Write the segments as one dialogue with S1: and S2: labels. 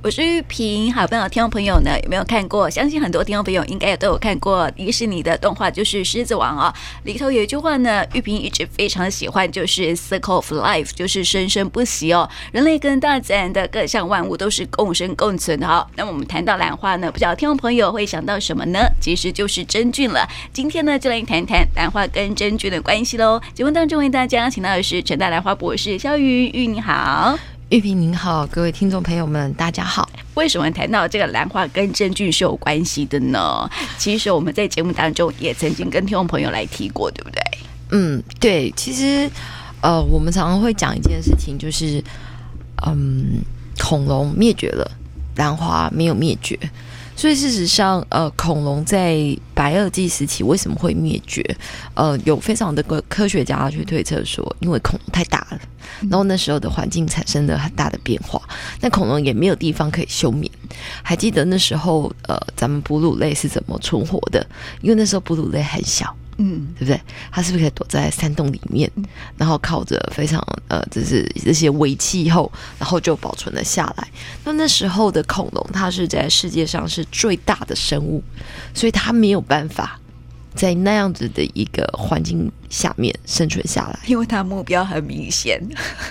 S1: 我是玉萍，好不好？听众朋友呢，有没有看过？相信很多听众朋友应该也都有看过迪士尼的动画，就是《狮子王》哦。里头有一句话呢，玉萍一直非常喜欢，就是 “circle of life”，就是生生不息哦。人类跟大自然的各项万物都是共生共存的、哦。那我们谈到兰花呢，不知道听众朋友会想到什么呢？其实就是真菌了。今天呢，就来谈谈兰花跟真菌的关系喽。节目当中为大家请到的是陈大兰花博士肖云玉，你好。
S2: 玉萍您好，各位听众朋友们，大家好。
S1: 为什么谈到这个兰花跟真菌是有关系的呢？其实我们在节目当中也曾经跟听众朋友来提过，对不对？
S2: 嗯，对，其实呃，我们常常会讲一件事情，就是嗯，恐龙灭绝了，兰花没有灭绝。所以事实上，呃，恐龙在白垩纪时期为什么会灭绝？呃，有非常的科科学家去推测说，因为恐龙太大了，然后那时候的环境产生了很大的变化，那恐龙也没有地方可以休眠。还记得那时候，呃，咱们哺乳类是怎么存活的？因为那时候哺乳类很小。
S1: 嗯，
S2: 对不对？它是不是可以躲在山洞里面，然后靠着非常呃，就是这些微气候，然后就保存了下来？那那时候的恐龙，它是在世界上是最大的生物，所以它没有办法在那样子的一个环境下面生存下来。
S1: 因为它目标很明显，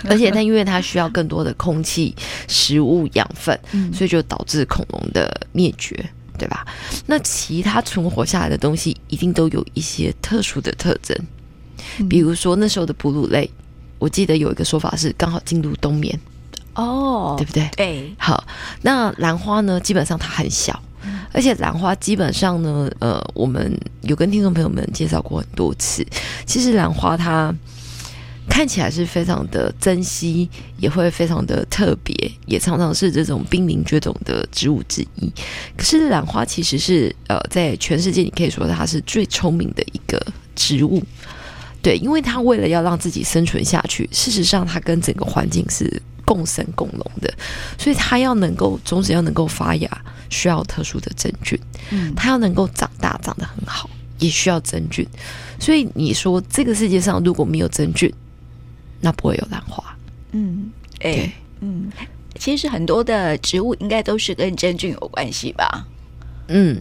S2: 而且它因为它需要更多的空气、食物、养分，所以就导致恐龙的灭绝，对吧？那其他存活下来的东西一定都有一些特殊的特征，比如说那时候的哺乳类，我记得有一个说法是刚好进入冬眠，
S1: 哦
S2: 对不对？
S1: 对，
S2: 好，那兰花呢，基本上它很小，而且兰花基本上呢，呃，我们有跟听众朋友们介绍过很多次，其实兰花它看起来是非常的珍惜，也会非常的特别，也常常是这种濒临绝种的植物之一。可是兰花其实是呃，在全世界你可以说它是最聪明的一个植物。对，因为它为了要让自己生存下去，事实上它跟整个环境是共生共荣的，所以它要能够种子要能够发芽，需要特殊的真菌；
S1: 嗯
S2: 它要能够长大，长得很好，也需要真菌。所以你说这个世界上如果没有真菌，那不会有兰花。
S1: 嗯，
S2: 对
S1: 哎，嗯，其实很多的植物应该都是跟真菌有关系吧？
S2: 嗯，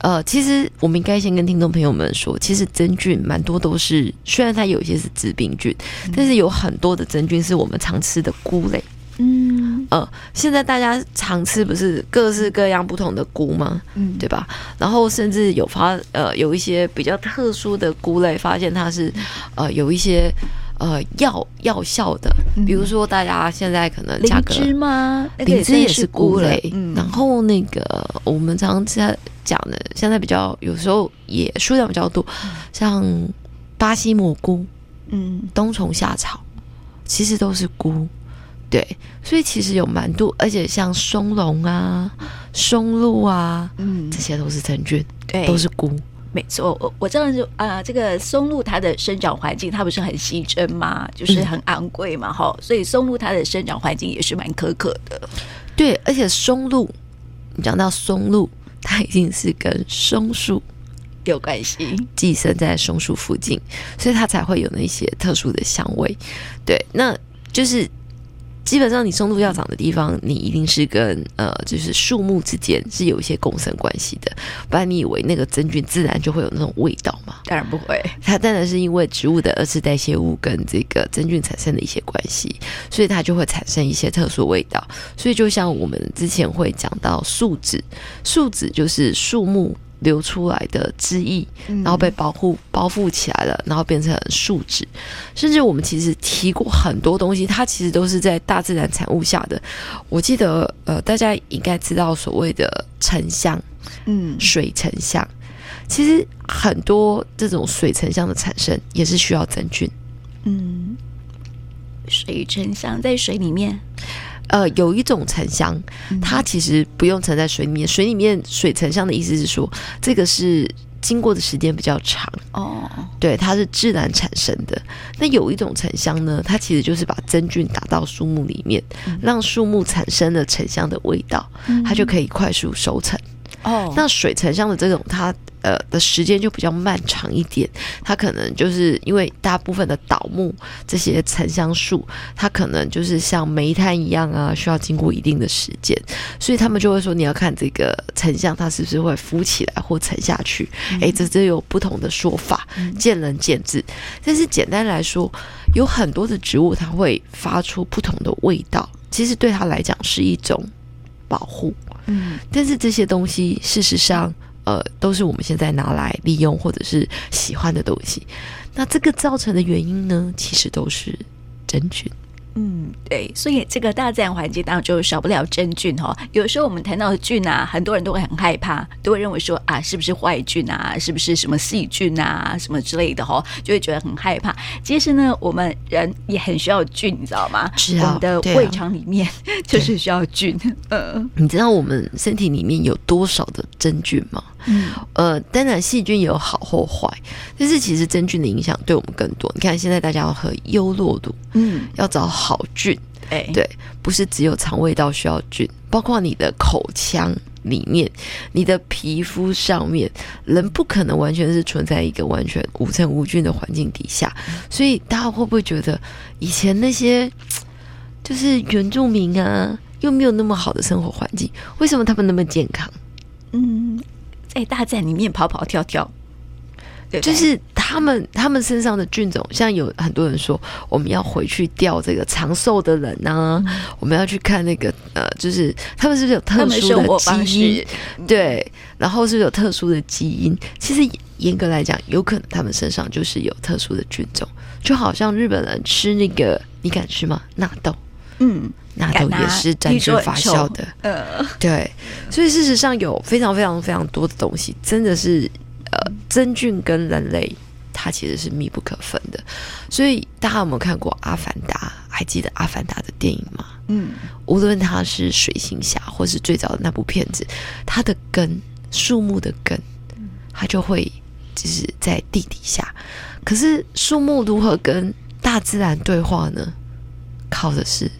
S2: 呃，其实我们应该先跟听众朋友们说，其实真菌蛮多都是，虽然它有一些是致病菌，但是有很多的真菌是我们常吃的菇类。
S1: 嗯
S2: 呃，现在大家常吃不是各式各样不同的菇吗？
S1: 嗯，
S2: 对吧？然后甚至有发呃有一些比较特殊的菇类，发现它是呃有一些呃药药效的，比如说大家现在可能
S1: 嗯灵
S2: 价格
S1: 芝哎吗？那个
S2: 灵芝也
S1: 算
S2: 是菇类，
S1: 嗯，
S2: 然后那个我们常常讲的，现在比较有时候也数量比较多，像巴西蘑菇、
S1: 嗯
S2: 冬虫夏草，其实都是菇。对，所以其实有蛮多，而且像松茸啊、松露啊，
S1: 嗯
S2: 这，些都是真菌，
S1: 对，
S2: 都是菇。
S1: 没错，我我知道就啊、这个松露它的生长环境它不是很稀珍嘛，就是很昂贵嘛，哈、所以松露它的生长环境也是蛮苛刻的。
S2: 对，而且松露，你讲到松露，它一定是跟松树
S1: 有关系，
S2: 寄生在松树附近，所以它才会有那些特殊的香味。对，那就是基本上你松露要长的地方，你一定是跟呃，就是树木之间是有一些共生关系的，不然你以为那个真菌自然就会有那种味道吗？
S1: 当然不会。
S2: 它当然是因为植物的二次代谢物跟这个真菌产生的一些关系，所以它就会产生一些特殊味道。所以就像我们之前会讲到树脂，树脂就是树木流出来的汁液，
S1: 嗯
S2: 然后被保护包覆起来了，然后变成树脂。甚至我们其实提过很多东西，它其实都是在大自然产物下的。我记得呃，大家应该知道所谓的沉香，
S1: 嗯，
S2: 水沉香。其实很多这种水沉香的产生也是需要真菌。
S1: 嗯，水沉香在水里面，
S2: 呃，有一种沉香，它其实不用沉在水里面。水里面水沉香的意思是说，这个是经过的时间比较长，
S1: 哦，
S2: 对，它是自然产生的。那有一种沉香呢，它其实就是把真菌打到树木里面，让树木产生了
S1: 嗯
S2: 沉香的味道，它就可以快速熟成。
S1: 哦，
S2: 那水沉香的这种，它呃的时间就比较漫长一点，它可能就是因为大部分的倒木这些沉香树，它可能就是像煤炭一样啊，需要经过一定的时间，嗯所以他们就会说你要看这个沉香它是不是会浮起来或沉下去，诶，这这有不同的说法，见仁见智。但是简单来说，有很多的植物它会发出不同的味道，其实对它来讲是一种保护。
S1: 嗯
S2: 但是这些东西，事实上，呃，都是我们现在拿来利用或者是喜欢的东西。那这个造成的原因呢，其实都是真菌。
S1: 嗯，对，所以这个大自然环境当中就少不了真菌哦。有时候我们谈到的菌啊，很多人都会很害怕，都会认为说啊，是不是坏菌啊，是不是什么细菌啊，什么之类的哦， 就会觉得很害怕。其实呢，我们人也很需要菌，你知道吗？
S2: 是啊
S1: 我们的
S2: 对啊
S1: 胃肠里面 就是需要菌。嗯
S2: 你知道我们身体里面有多少的真菌吗？
S1: 嗯
S2: 呃，当然细菌也有好或坏，但是其实真菌的影响对我们更多。你看现在大家要喝优酪乳，
S1: 嗯，
S2: 要找好菌，
S1: 对
S2: 对，不是只有肠胃道需要菌，包括你的口腔里面、你的皮肤上面，人不可能完全是存在一个完全无尘无菌的环境底下。所以大家会不会觉得以前那些就是原住民啊，又没有那么好的生活环境，为什么他们那么健康？
S1: 嗯，在大自然里面跑跑跳跳，对不对，
S2: 就是他们他们身上的菌种，像有很多人说，我们要回去钓这个长寿的人呐、
S1: 嗯
S2: 我们要去看那个呃，就是他们是不是有
S1: 他
S2: 特
S1: 们
S2: 殊
S1: 生活
S2: 的
S1: 方
S2: 基因
S1: 式？，
S2: 对，然后是不是有特殊的基因？其实严格来讲，有可能他们身上就是有特殊的菌种，就好像日本人吃那个，你敢吃吗？纳豆，
S1: 嗯
S2: 纳
S1: 敢
S2: 豆
S1: 拿
S2: 也是沾
S1: 听
S2: 菌
S1: 说很
S2: 发
S1: 臭
S2: 酵的，
S1: 呃。
S2: 对，所以事实上有非常非常非常多的东西，真的是呃，真菌跟人类它其实是密不可分的。所以大家有没有看过《阿凡达》？还记得《阿凡达》的电影吗？
S1: 嗯
S2: 无论它是水行侠，或是最早的那部片子，它的根，树木的根，它就会就是在地底下。可是树木如何跟大自然对话呢？靠的是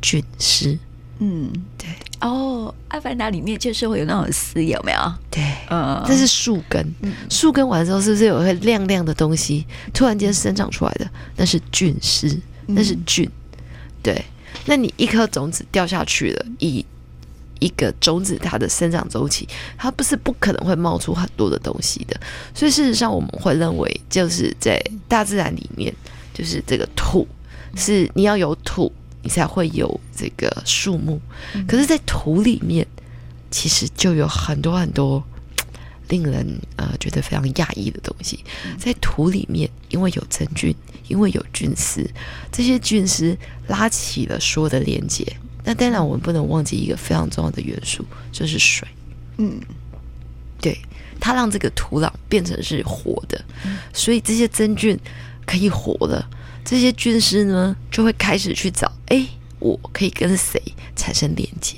S2: 菌丝。
S1: 嗯，
S2: 对
S1: 哦，《阿凡达》里面就是会有那种丝，有没有？
S2: 对。
S1: 嗯，
S2: 这是树根
S1: 嗯，
S2: 树根完之后是不是有一个亮亮的东西突然间生长出来的？那是菌丝，
S1: 嗯
S2: 那是菌。对，那你一颗种子掉下去了，以一个种子它的生长周期，它不是不可能会冒出很多的东西的。所以事实上，我们会认为就是在大自然里面，就是这个土是你要有土，你才会有这个树木。
S1: 嗯
S2: 可是，在土里面，其实就有很多很多令人呃觉得非常讶异的东西，在土里面，因为有真菌，因为有菌丝，这些菌丝拉起了所有的连接。那当然，我们不能忘记一个非常重要的元素，就是水。
S1: 嗯
S2: 对，它让这个土壤变成是活的，所以这些真菌可以活的，这些菌丝呢就会开始去找，哎，我可以跟谁产生连接？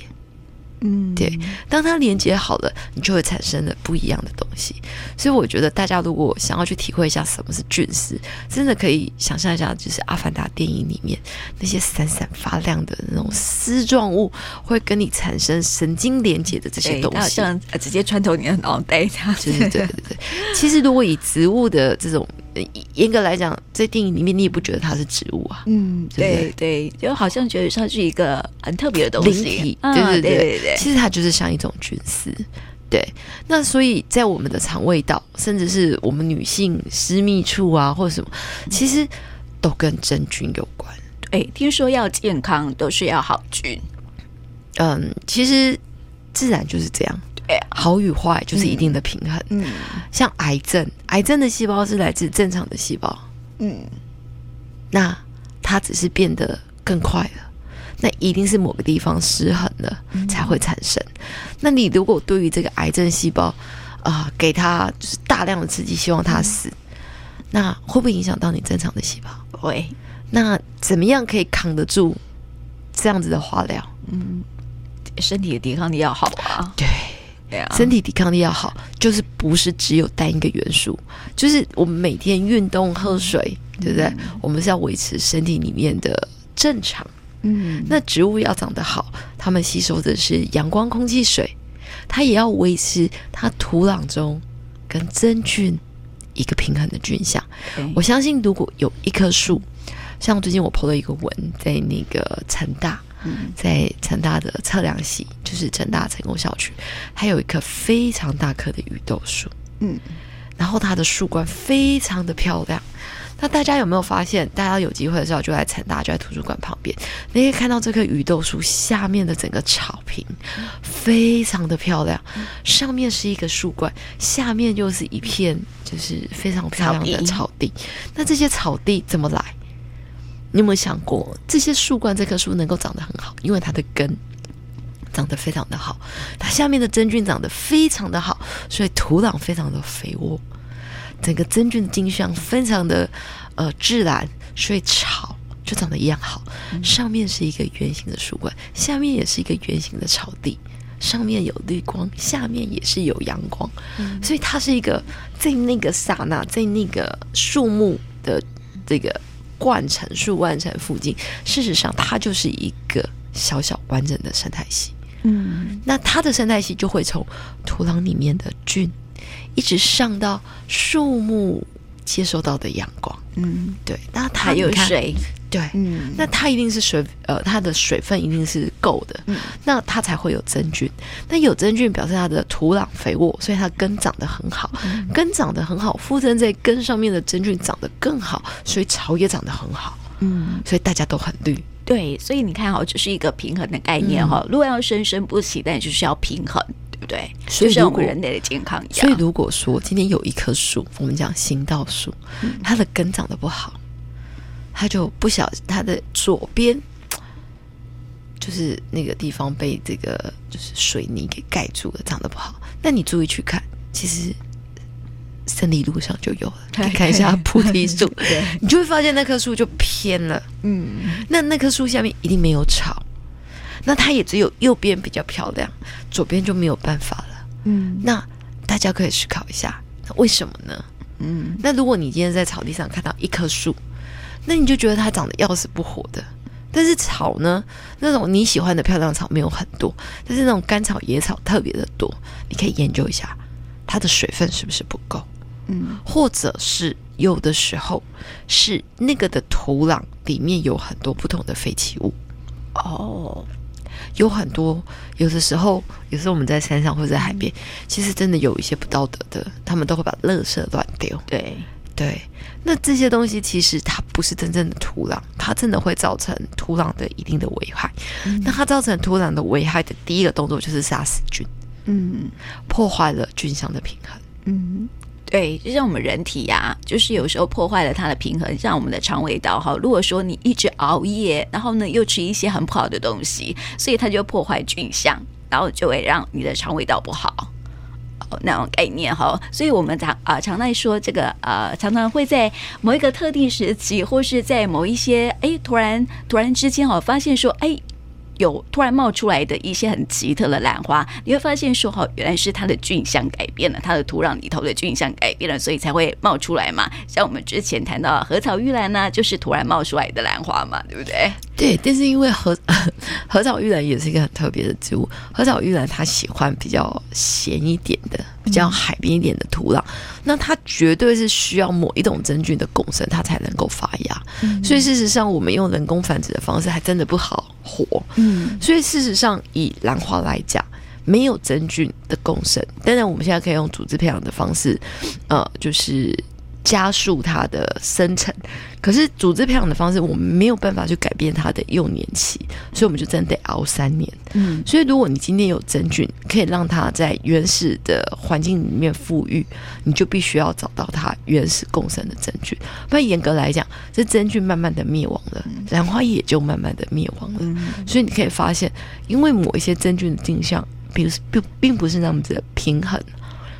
S1: 嗯，
S2: 对，当它连接好了，你就会产生了不一样的东西。所以我觉得大家如果想要去体会一下什么是菌丝，真的可以想象一下，就是《阿凡达》电影里面那些闪闪发亮的那种丝状物，会跟你产生神经连接的这些
S1: 对，
S2: 东
S1: 它好
S2: 西。
S1: 像呃直接穿透你的脑袋这样子。
S2: 对对对对对。其实如果以植物的这种，呃严格来讲，在电影里面你也不觉得它是植物啊，
S1: 嗯，
S2: 对
S1: 对对，就好像觉得它是一个很特别的东
S2: 灵
S1: 西，
S2: 体，
S1: 啊
S2: 对
S1: 对
S2: 对
S1: 对对，
S2: 其实它就是像一种菌丝。对，那所以在我们的肠胃道，甚至是我们女性私密处啊，或者什么，
S1: 嗯
S2: 其实都跟真菌有关。
S1: 哎，听说要健康都是要好菌，
S2: 嗯，其实自然就是这样，
S1: 对啊
S2: 好与坏就是一定的平衡。
S1: 嗯
S2: 像癌症，癌症的细胞是来自正常的细胞，
S1: 嗯
S2: 那它只是变得更快了，那一定是某个地方失衡了才会产生。那你如果对于这个癌症细胞啊、给它就是大量的刺激，希望它死，那会不会影响到你正常的细胞？
S1: 会，
S2: 那怎么样可以扛得住这样子的化疗？
S1: 身体的抵抗力要好啊，
S2: 对。
S1: 对啊，
S2: 身体抵抗力要好，就是不是只有单一个元素，就是我们每天运动、喝水，对不对？我们是要维持身体里面的正常。
S1: 嗯
S2: 那植物要长得好，它们吸收的是阳光、空气、水，它也要维持它土壤中跟真菌一个平衡的菌相。
S1: 对
S2: 我相信，如果有一棵树，像最近我 PO 了一个文，在那个成大，
S1: 嗯
S2: 在成大的测量系，就是成大成功校区，还有一棵非常大棵的雨豆树，
S1: 嗯，
S2: 然后它的树冠非常的漂亮。那大家有没有发现？大家有机会的时候就来成大，就在图书馆旁边，你可以看到这棵雨豆树下面的整个草坪，非常的漂亮。上面是一个树冠，下面又是一片就是非常漂亮的草地。那这些草地怎么来？你有没有想过，这些树冠这棵树能够长得很好，因为它的根长得非常的好，它下面的真菌长得非常的好，所以土壤非常的肥沃，整个真菌的菌相非常的呃自然，所以草就长得一样好。上面是一个圆形的树冠，下面也是一个圆形的草地。上面有绿光，下面也是有阳光，所以它是一个在那个刹那，在那个树木的这个冠城树冠城附近，事实上它就是一个小小完整的生态系。
S1: 嗯
S2: 那它的生态系就会从土壤里面的菌，一直上到树木接收到的阳光。
S1: 嗯，
S2: 对，那它
S1: 还有
S2: 你看，
S1: 水，
S2: 对，
S1: 嗯，
S2: 那它一定是水，呃，它的水分一定是够的，
S1: 嗯
S2: 那它才会有真菌。那有真菌表示它的土壤肥沃，所以它根长得很好，
S1: 嗯
S2: 根长得很好，附着在根上面的真菌长得更好，所以草也长得很好，
S1: 嗯，
S2: 所以大家都很绿。
S1: 对，所以你看哈、这是一个平衡的概念
S2: 嗯
S1: 哈、如果要生生不息，但就是要平衡，对不对？
S2: 所以
S1: 就像
S2: 如
S1: 我
S2: 果
S1: 们人类的健康一样，
S2: 所以如果说今天有一棵树，我们讲行道树，
S1: 嗯
S2: 它的根长得不好，它就不小，它的左边就是那个地方被这个就是水泥给盖住了，长得不好。那你注意去看，其实森林路上就有了，
S1: 对
S2: 你看一下菩提树
S1: 对，
S2: 你就会发现那棵树就偏了。
S1: 嗯，
S2: 那那棵树下面一定没有草，那它也只有右边比较漂亮，左边就没有办法了。
S1: 嗯
S2: 那大家可以思考一下，那为什么呢？
S1: 嗯
S2: 那如果你今天在草地上看到一棵树，那你就觉得它长得要死不活的。但是草呢，那种你喜欢的漂亮草没有很多，但是那种干草、野草特别的多。你可以研究一下它的水分是不是不够，
S1: 嗯
S2: 或者是有的时候是那个的土壤里面有很多不同的废弃物。
S1: 哦，
S2: 有很多，有的时候，有时候我们在山上或者在海边，其实真的有一些不道德的，他们都会把垃圾乱丢。
S1: 对，
S2: 对，那这些东西其实它不是真正的土壤，它真的会造成土壤的一定的危害。
S1: 嗯
S2: 那它造成土壤的危害的第一个动作就是杀死菌，
S1: 嗯。
S2: 破坏了菌相的平衡。
S1: 嗯，对，就像我们人体呀、就是有时候破坏了它的平衡，像我们的肠胃道哈。如果说你一直熬夜，然后呢又吃一些很不好的东西，所以它就破坏菌相，然后就会让你的肠胃道不好。哦，那种概念哈，所以我们常啊、常在说这个呃，常常会在某一个特定时期，或是在某一些哎突然突然之间哦，发现说哎有突然冒出来的一些很奇特的兰花，你会发现说哈，原来是它的菌相改变了，它的土壤里头的菌相改变了，所以才会冒出来嘛。像我们之前谈到的禾草玉兰呢、就是突然冒出来的兰花嘛，对不对？
S2: 对，但是因为 禾禾草玉兰也是一个很特别的植物，禾草玉兰它喜欢比较咸一点的、比较海边一点的土壤，那它绝对是需要某一种真菌的共生，它才能够发芽。所以事实上，我们用人工繁殖的方式还真的不好活。
S1: 嗯
S2: 所以事实上，以兰花来讲，没有真菌的共生。当然，我们现在可以用组织培养的方式，呃，就是加速它的生成。可是组织培养的方式，我们没有办法去改变它的幼年期，所以我们就真得熬三年。
S1: 嗯
S2: 所以，如果你今天有真菌，可以让它在原始的环境里面富裕，你就必须要找到它原始共生的真菌。不然，严格来讲，这真菌慢慢的灭亡了，
S1: 嗯
S2: 兰花也就慢慢的灭亡了。所以你可以发现，因为某一些真菌的定向，比如并并不是那么的平衡，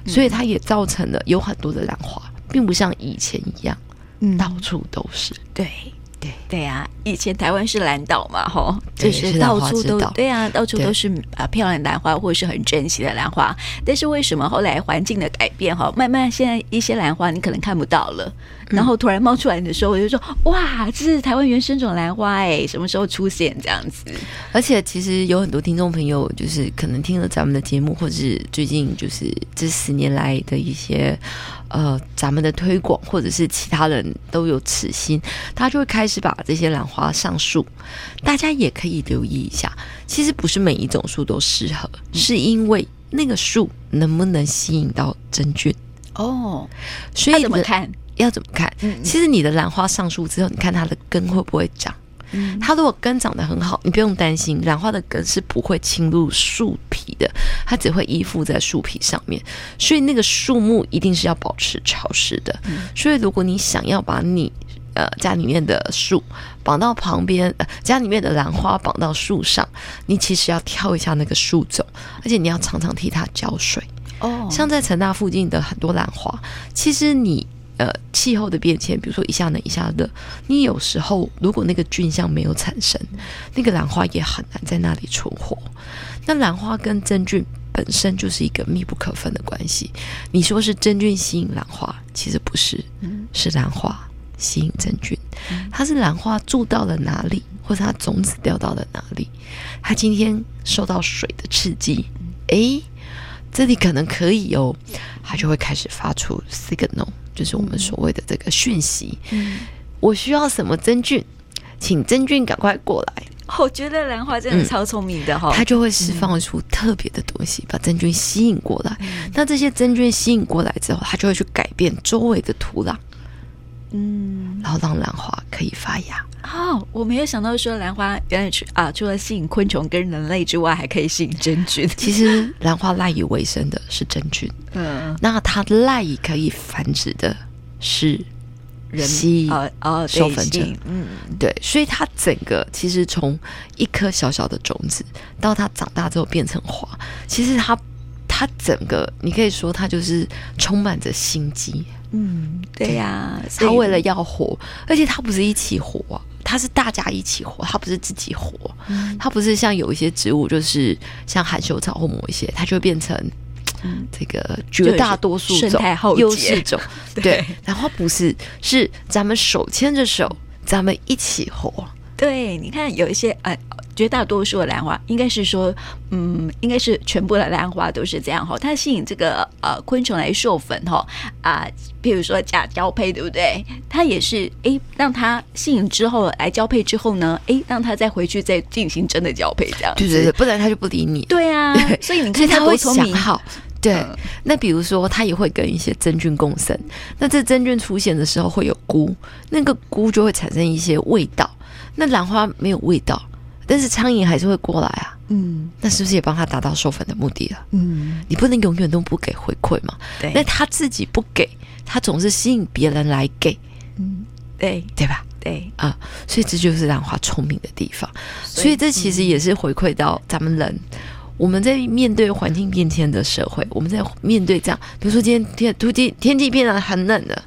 S1: 嗯
S2: 所以它也造成了有很多的兰花，并不像以前一样
S1: 嗯
S2: 到处都是。
S1: 对。
S2: 对
S1: 对呀、以前台湾是蓝岛嘛，吼，就
S2: 对
S1: 是
S2: 是
S1: 到
S2: 兰花
S1: 处
S2: 之
S1: 都
S2: 岛
S1: 对呀、到处
S2: 对
S1: 都是啊漂亮的兰花或是很珍惜的兰花。但是为什么后来环境的改变，哈，慢慢现在一些兰花你可能看不到了，
S2: 嗯
S1: 然后突然冒出来的时候，我就说哇，这是台湾原生种兰花哎、什么时候出现这样子？
S2: 而且其实有很多听众朋友，就是可能听了咱们的节目，或者是最近就是这十年来的一些呃咱们的推广，或者是其他人都有此心，他就会开始把这些兰花上树。大家也可以留意一下，其实不是每一种树都适合，是因为那个树能不能吸引到真菌，
S1: 哦，
S2: 所
S1: 那
S2: 以
S1: 怎么
S2: 人
S1: 看？
S2: 要怎么看？
S1: 嗯
S2: 其实你的兰花上树之后，你看它的根会不会长？
S1: 嗯
S2: 它如果根长得很好，你不用担心，兰花的根是不会侵入树皮的，它只会依附在树皮上面。所以那个树木一定是要保持潮湿的。
S1: 嗯
S2: 所以如果你想要把你呃家里面的树绑到旁边，呃家里面的兰花绑到树上，你其实要挑一下那个树种，而且你要常常替它浇水。
S1: 哦，
S2: 像在成大附近的很多兰花，其实你呃气候的变迁，比如说一下冷一下热，你有时候如果那个菌相没有产生，那个兰花也很难在那里存活。那兰花跟真菌本身就是一个密不可分的关系。你说是真菌吸引兰花，其实不是，是兰花吸引真菌。它是兰花住到了哪里，或者它种子掉到了哪里，它今天受到水的刺激，诶，这里可能可以哦，它就会开始发出 signal，就是我们所谓的这个讯息。
S1: 嗯
S2: 我需要什么真菌，请真菌赶快过来。
S1: 我觉得兰花真的超聪明的哈、
S2: 嗯它就会释放出特别的东西，把真菌吸引过来。
S1: 嗯
S2: 那这些真菌吸引过来之后，它就会去改变周围的土壤，
S1: 嗯，
S2: 然后让兰花可以发芽。
S1: 哦，我没有想到说兰花原来除啊，除了吸引昆虫跟人类之外，还可以吸引真菌。
S2: 其实兰花赖以为生的是真菌，
S1: 嗯，
S2: 那它赖以可以繁殖的是
S1: 人
S2: 蜥蜴
S1: 哦哦，
S2: 呃授
S1: 对
S2: 粉
S1: 吸
S2: 者
S1: 引嗯，
S2: 对，所以它整个其实从一颗小小的种子到它长大之后变成花，其实它它整个你可以说它就是充满着心机，
S1: 嗯，对呀、所
S2: 它
S1: 以
S2: 为了要活，而且它不是一起活啊，它是大家一起活，它不是自己活，
S1: 嗯
S2: 它不是像有一些植物，就是像含羞草或某一些，它就会变成。这个绝大多数
S1: 嗯生
S2: 种
S1: 态浩劫
S2: 优势种，
S1: 对
S2: 对，然后不是是咱们手牵着手，咱们一起活，
S1: 对，你看有一些呃，绝大多数的兰花，应该是说，嗯，应该是全部的兰花都是这样哈。它吸引这个呃昆虫来授粉哈啊、譬如说假交配，对不对？它也是诶，让它吸引之后来交配之后呢，诶，让它再回去再进行真的交配，这样子。
S2: 对对对，不然他就不理你。
S1: 对啊，所以你
S2: 所
S1: 看
S2: 以他
S1: 它
S2: 会
S1: 多聪
S2: 想
S1: 明，
S2: 好。对，
S1: 嗯
S2: 那比如说，它也会跟一些真菌共生。那这真菌出现的时候会有菇，那个菇就会产生一些味道。那兰花没有味道，但是苍蝇还是会过来啊。
S1: 嗯
S2: 那是不是也帮它达到授粉的目的了？
S1: 嗯，
S2: 你不能永远都不给回馈嘛。
S1: 对
S2: 那它自己不给，它总是吸引别人来给，
S1: 嗯对
S2: 对吧？
S1: 对，
S2: 啊、所以这就是兰花聪明的地方。所以嗯这其实也是回馈到咱们人，我们在面对环境变迁的社会，我们在面对这样，比如说今天天突天天气变得很冷了，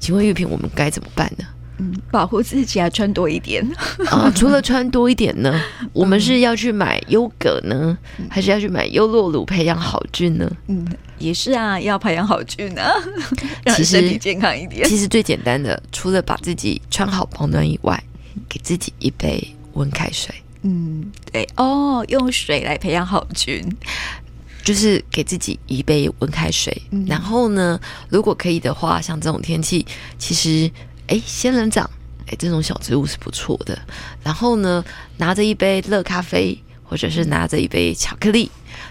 S2: 请问玉萍，我们该怎么办呢？
S1: 嗯，保护自己啊，穿多一点。
S2: 啊、除了穿多一点 呢，我们是要去买优格呢，还是要去买优酪乳培养好菌 呢？
S1: 嗯，也是啊，要培养好菌啊，让
S2: 其
S1: 身
S2: 实
S1: 体健康一点。
S2: 其实最简单的，除了把自己穿好保暖以外，给自己一杯温开水。
S1: 嗯，对哦，用水来培养好菌。
S2: 就是给自己一杯温开水，然后呢，如果可以的话，像这种天气，其实哎，仙人掌，哎，这种小植物是不错的。然后呢，拿着一杯热咖啡，或者是拿着一杯巧克力，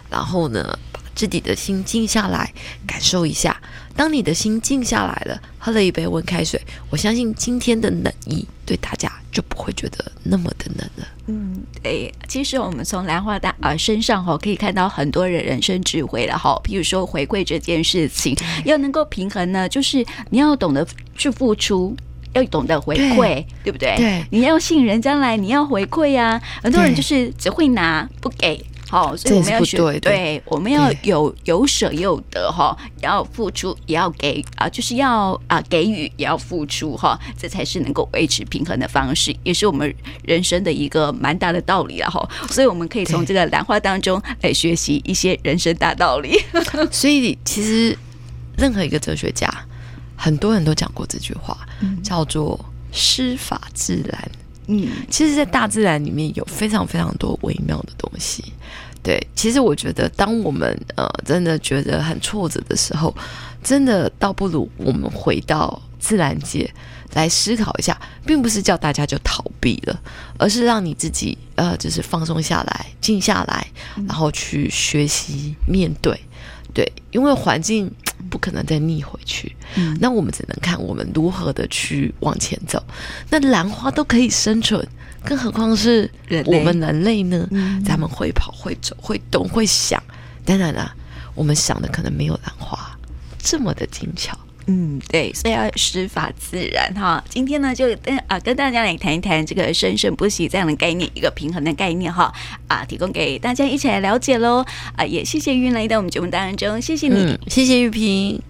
S2: 然后呢，把自己的心静下来，感受一下。当你的心静下来了，喝了一杯温开水，我相信今天的冷意对大家就不会觉得那么的冷了。
S1: 嗯，对，其实我们从兰花大啊、身上哈、可以看到很多人人生智慧了哈、比如说回馈这件事情，要能够平衡呢，就是你要懂得去付出。要懂得回馈，对
S2: 对
S1: 不对？
S2: 对
S1: 啊你要吸引人家来，你要回馈呀、很多人
S2: 对
S1: 就是只会拿不给，好、所以我们要学
S2: 这也是不对的
S1: 哎我们要
S2: 对
S1: 有有舍也有得哈、要付出也要给啊，就是要啊给予也要付出哈、这才是能够维持平衡的方式，也是我们人生的一个蛮大的道理啊了哈、所以我们可以从
S2: 对
S1: 这个兰花当中来学习一些人生大道理。
S2: 所以其实任何一个哲学家，很多人都讲过这句话，叫做“师法自然”。
S1: 嗯，
S2: 其实，在大自然里面有非常非常多微妙的东西。对，其实我觉得，当我们呃真的觉得很挫折的时候，真的倒不如我们回到自然界来思考一下，并不是叫大家就逃避了，而是让你自己呃就是放松下来、静下来，然后去学习面对。对，因为环境不可能再逆回去，
S1: 嗯
S2: 那我们只能看我们如何的去往前走。那兰花都可以生存，更何况是
S1: 人类
S2: 我们人类呢？
S1: 嗯
S2: 咱们会跑、会走、会动、会想。当然啦、我们想的可能没有兰花这么的精巧。
S1: 嗯，对，所以要师法自然哈。今天呢，就跟啊、跟大家来谈一谈这个生生不息这样的概念，一个平衡的概念哈啊，提供给
S2: 嗯
S1: 大家一起来了解喽啊，也谢谢云来到我们节目当中，谢谢你。
S2: 嗯，谢谢玉萍。